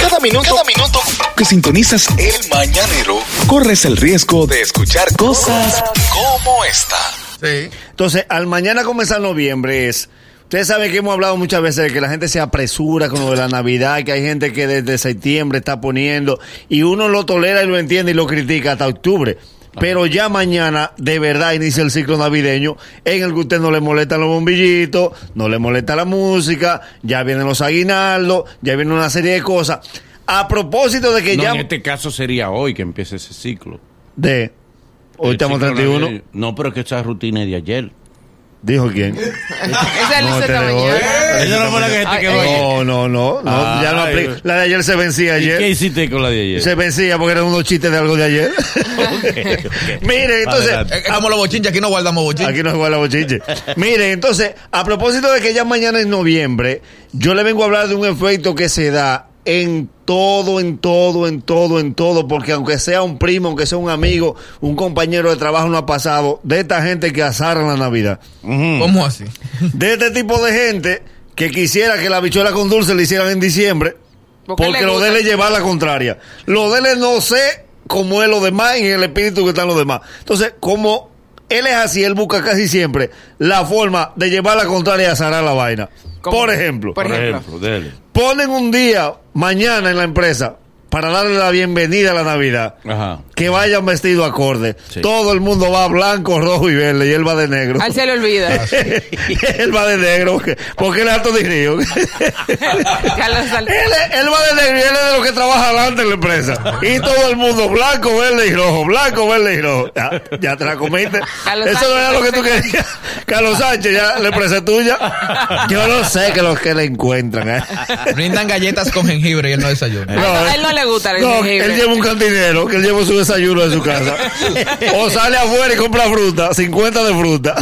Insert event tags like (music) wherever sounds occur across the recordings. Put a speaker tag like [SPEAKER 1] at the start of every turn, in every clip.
[SPEAKER 1] Cada minuto, cada minuto que sintonizas el mañanero, corres el riesgo de escuchar cosas como esta.
[SPEAKER 2] Sí. Entonces, al mañana comenzar noviembre es. Ustedes saben que hemos hablado muchas veces de que la gente se apresura con lo de la Navidad, que hay gente que desde septiembre está poniendo, y uno lo tolera y lo entiende y lo critica hasta octubre. Pero ya mañana, de verdad, inicia el ciclo navideño en el que usted no le molesta los bombillitos, no le molesta la música, ya vienen los aguinaldos, ya viene una serie de cosas. A propósito de que
[SPEAKER 3] No,
[SPEAKER 2] ya...
[SPEAKER 3] en este caso sería hoy que empiece ese ciclo.
[SPEAKER 2] De... Hoy
[SPEAKER 3] El
[SPEAKER 2] estamos
[SPEAKER 3] ciclo
[SPEAKER 2] 31.
[SPEAKER 3] navideño. No, pero es que esa rutina es de ayer.
[SPEAKER 2] ¿Dijo quién?
[SPEAKER 4] Esa es
[SPEAKER 2] No,
[SPEAKER 4] la
[SPEAKER 2] te
[SPEAKER 4] esta
[SPEAKER 2] le voy.
[SPEAKER 4] mañana.
[SPEAKER 3] Esa no fue la que se te
[SPEAKER 4] Ay,
[SPEAKER 3] quedó
[SPEAKER 4] ay,
[SPEAKER 3] ayer.
[SPEAKER 2] No, no, no. no, ya no
[SPEAKER 3] Ay,
[SPEAKER 2] aplica.
[SPEAKER 3] güey.
[SPEAKER 2] La de ayer se vencía
[SPEAKER 3] ¿Y
[SPEAKER 2] ayer.
[SPEAKER 3] qué hiciste con la de ayer?
[SPEAKER 2] Se vencía porque eran unos chistes de algo de ayer. (laughs) Mire, entonces,
[SPEAKER 3] Adelante.
[SPEAKER 5] Es que como los bochinches, aquí no guardamos bochinches.
[SPEAKER 2] aquí no es la bochinche. Mire, entonces, a propósito de que ya mañana es noviembre, yo le vengo a hablar de un efecto que se da en todo, en todo, en todo, en todo, porque aunque sea un primo, aunque sea un amigo, un compañero de trabajo no ha pasado, de esta gente que azaran la Navidad.
[SPEAKER 5] ¿Cómo así?
[SPEAKER 2] De este tipo de gente que quisiera que la bichuela con dulce le hicieran en diciembre,
[SPEAKER 4] Porque
[SPEAKER 2] porque,
[SPEAKER 4] le
[SPEAKER 2] lo de
[SPEAKER 4] gusta.
[SPEAKER 2] él es llevar la contraria. Lo de él es no sé cómo es lo demás y en el espíritu que están los demás. Entonces, como él es así, él busca casi siempre la forma de llevar la contraria y azarar la vaina.
[SPEAKER 4] ¿Cómo?
[SPEAKER 2] Por ejemplo,
[SPEAKER 4] Por
[SPEAKER 3] Por
[SPEAKER 4] ejemplo.
[SPEAKER 3] ejemplo, dele.
[SPEAKER 2] ponen un día mañana en la empresa para darle la bienvenida a la Navidad.
[SPEAKER 3] Ajá.
[SPEAKER 2] Que vayan vestido acorde.
[SPEAKER 3] Sí.
[SPEAKER 2] Todo el mundo va blanco, rojo y verde y él va de negro.
[SPEAKER 4] A él se le
[SPEAKER 2] (laughs)
[SPEAKER 4] olvida.
[SPEAKER 2] él va de negro porque, porque él es alto de río. (laughs) él,
[SPEAKER 4] Carlos Sal-
[SPEAKER 2] es- él va de negro y él es de los que trabaja adelante en la empresa. Y todo el mundo blanco, verde y rojo, blanco, verde y rojo. Ya, ya te la comiste.
[SPEAKER 4] Carlos
[SPEAKER 2] Eso no era
[SPEAKER 4] Sánchez,
[SPEAKER 2] lo que tú querías. Carlos Sánchez, ya la empresa es tuya. Yo no sé que los que le encuentran. ¿eh?
[SPEAKER 5] Brindan galletas con jengibre y él no desayuna.
[SPEAKER 4] no, él no le gusta el
[SPEAKER 2] no,
[SPEAKER 4] jengibre.
[SPEAKER 2] Él lleva un cantinero, que él lleva su desayuno de su casa. o sale afuera y compra fruta, 50 de fruta.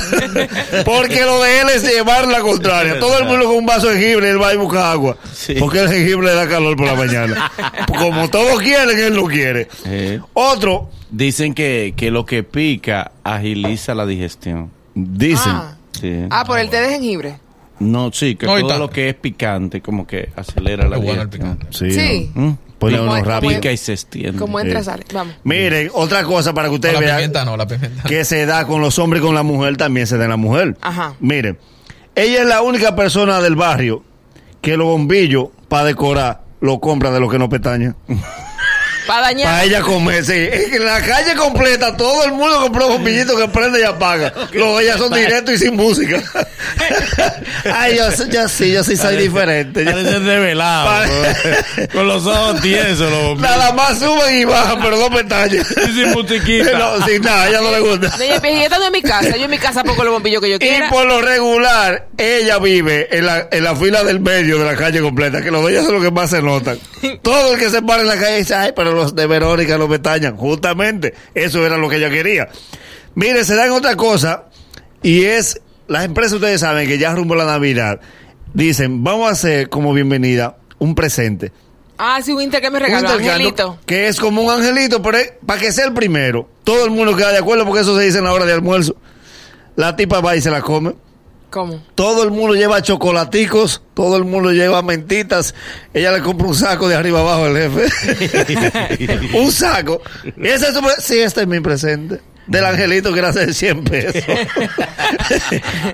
[SPEAKER 2] Porque lo de él es llevar la contraria. Todo el mundo con un vaso de jengibre, él va y busca agua. Porque el jengibre le da calor por la mañana. Como todos quieren, él lo quiere.
[SPEAKER 3] Eh,
[SPEAKER 2] Otro,
[SPEAKER 3] Dicen que, que lo que pica agiliza la digestión.
[SPEAKER 2] dicen.
[SPEAKER 4] Ah.
[SPEAKER 3] Sí.
[SPEAKER 4] Ah, por el té de jengibre.
[SPEAKER 3] No, sí, que
[SPEAKER 5] No, y
[SPEAKER 3] todo
[SPEAKER 5] tal.
[SPEAKER 3] lo que es picante como que acelera la
[SPEAKER 5] Qué bueno el
[SPEAKER 3] digestión.
[SPEAKER 5] picante.
[SPEAKER 2] Sí.
[SPEAKER 4] Sí.
[SPEAKER 2] ¿no? Pone
[SPEAKER 3] Pica-
[SPEAKER 2] uno
[SPEAKER 4] Como-
[SPEAKER 2] rápido.
[SPEAKER 3] Pica y se extiende.
[SPEAKER 4] Como entra,
[SPEAKER 2] Eh.
[SPEAKER 4] sale. Vamos.
[SPEAKER 2] Miren, otra cosa para que
[SPEAKER 5] No,
[SPEAKER 2] ustedes
[SPEAKER 5] la
[SPEAKER 2] vean.
[SPEAKER 5] pimienta no, la pimienta.
[SPEAKER 2] que se da con los hombres y con la mujer también se da en la mujer.
[SPEAKER 4] Ajá.
[SPEAKER 2] Mire, ella es la única persona del barrio que los bombillos para decorar lo compra de los que no pestaña.
[SPEAKER 4] Para
[SPEAKER 2] Para
[SPEAKER 4] dañar.
[SPEAKER 2] ella comer, sí. En la calle completa todo el mundo compró bombillitos que prende y apaga. Los de ellas son directos y sin
[SPEAKER 3] (laughs)
[SPEAKER 2] música. Ay, yo, sí- yo sí, yo sí soy diferente. Yo-
[SPEAKER 3] Parece desvelado.
[SPEAKER 2] Pare-
[SPEAKER 3] con los ojos
[SPEAKER 2] (laughs)
[SPEAKER 3] tiesos. Los
[SPEAKER 2] Nada más suben y bajan, pero no pestañas.
[SPEAKER 3] Y sin musiquita.
[SPEAKER 2] (laughs) No, sin nada, a ella no le gusta.
[SPEAKER 4] Doña Piejita no es mi casa. Yo en mi casa pongo los bombillos que
[SPEAKER 2] (laughs)
[SPEAKER 4] yo
[SPEAKER 2] Y
[SPEAKER 4] quiera.
[SPEAKER 2] por lo regular, ella vive en la, en la fila del medio de la calle completa, que los de ellas son los que más se notan. Todo el que se para en la calle dice, ay, pero los de Verónica no me tañan. Justamente, eso era lo que ella quería. Mire, se dan otra cosa, y es, las empresas ustedes saben que ya rumbo a la Navidad, dicen, vamos a hacer como bienvenida un presente.
[SPEAKER 4] Ah, sí, un intercambio de
[SPEAKER 2] Un
[SPEAKER 4] regalos.
[SPEAKER 2] intercambio
[SPEAKER 4] Angelito.
[SPEAKER 2] Que es como un angelito, pero para que sea el primero. Todo el mundo queda de acuerdo porque eso se dice en la hora de almuerzo. La tipa va y se la come.
[SPEAKER 4] ¿Cómo?
[SPEAKER 2] Todo el mundo lleva chocolaticos, todo el mundo lleva mentitas. Ella le compra un saco de arriba abajo al
[SPEAKER 4] (laughs)
[SPEAKER 2] jefe. un saco. Ese es su pre- sí, este es mi presente. Del angelito que era de 100
[SPEAKER 4] (laughs)
[SPEAKER 2] pesos.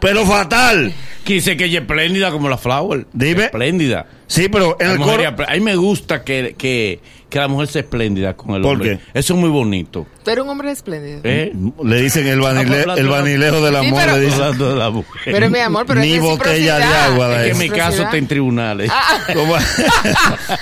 [SPEAKER 2] pero fatal.
[SPEAKER 3] Quise que ella es espléndida como la flower.
[SPEAKER 2] Dime.
[SPEAKER 3] Espléndida.
[SPEAKER 2] Sí, pero en
[SPEAKER 3] La
[SPEAKER 2] el
[SPEAKER 3] mujer
[SPEAKER 2] coro.
[SPEAKER 3] es espl- A mí me gusta que, que, que la mujer sea espléndida con el
[SPEAKER 2] ¿Por
[SPEAKER 3] hombre.
[SPEAKER 2] qué? Mm.
[SPEAKER 3] Eso es muy bonito.
[SPEAKER 4] Tú eres un hombre espléndido.
[SPEAKER 3] ¿eh?
[SPEAKER 2] Le dicen el, vanile-
[SPEAKER 3] Estamos hablando-
[SPEAKER 2] el vanilejo del
[SPEAKER 4] Sí,
[SPEAKER 2] amor.
[SPEAKER 4] pero-
[SPEAKER 2] le dicen.
[SPEAKER 3] (laughs)
[SPEAKER 4] (laughs)
[SPEAKER 3] Hablando de la mujer.
[SPEAKER 4] Pero mi amor, pero
[SPEAKER 2] Ni
[SPEAKER 4] es
[SPEAKER 2] botella de
[SPEAKER 4] reciprocidad.
[SPEAKER 2] agua,
[SPEAKER 3] Es
[SPEAKER 2] la
[SPEAKER 3] que
[SPEAKER 2] es
[SPEAKER 3] mi caso está en tribunales.
[SPEAKER 4] Ah, ah,
[SPEAKER 2] Como-
[SPEAKER 3] (laughs)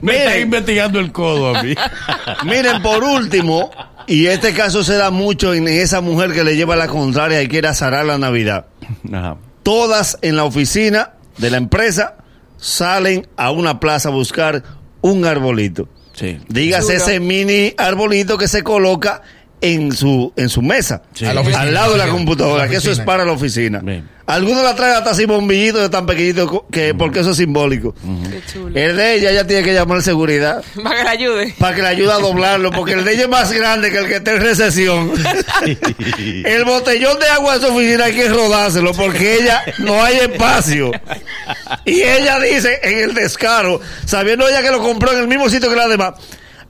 [SPEAKER 3] Me
[SPEAKER 2] Miren.
[SPEAKER 3] están investigando el codo
[SPEAKER 4] (laughs)
[SPEAKER 3] a mí.
[SPEAKER 2] (laughs) Miren, por último, y este caso se da mucho en esa mujer que le lleva la contraria y quiere azarar la Navidad.
[SPEAKER 3] Ajá.
[SPEAKER 2] todas en la oficina de la empresa salen a una plaza a buscar un arbolito.
[SPEAKER 3] Sí.
[SPEAKER 2] Dígase
[SPEAKER 4] Seguro.
[SPEAKER 2] ese mini arbolito que se coloca en su, en su mesa,
[SPEAKER 3] Sí.
[SPEAKER 5] A la oficina,
[SPEAKER 2] al lado de la
[SPEAKER 5] oficina.
[SPEAKER 2] computadora,
[SPEAKER 5] La
[SPEAKER 2] que eso es
[SPEAKER 5] oficina.
[SPEAKER 2] para la oficina.
[SPEAKER 3] Bien.
[SPEAKER 2] Algunos la traen hasta así bombillitos de tan pequeñitos co- que, porque eso es simbólico.
[SPEAKER 4] Qué chulo.
[SPEAKER 2] El de ella ya tiene que llamar seguridad
[SPEAKER 4] Para que la ayude.
[SPEAKER 2] para que le ayude a doblarlo, porque el de ella es más grande que el que está en recesión. El botellón de agua de su oficina hay que rodárselo porque ella no hay espacio. Y ella dice en el descaro, sabiendo ella que lo compró en el mismo sitio que la demás,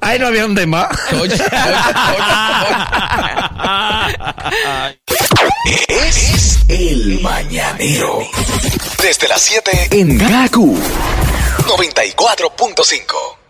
[SPEAKER 2] ahí no había un demás.
[SPEAKER 5] Oye, oye, oye, oye.
[SPEAKER 1] Es el mañanero. Desde las 7 en Gaku 94.5.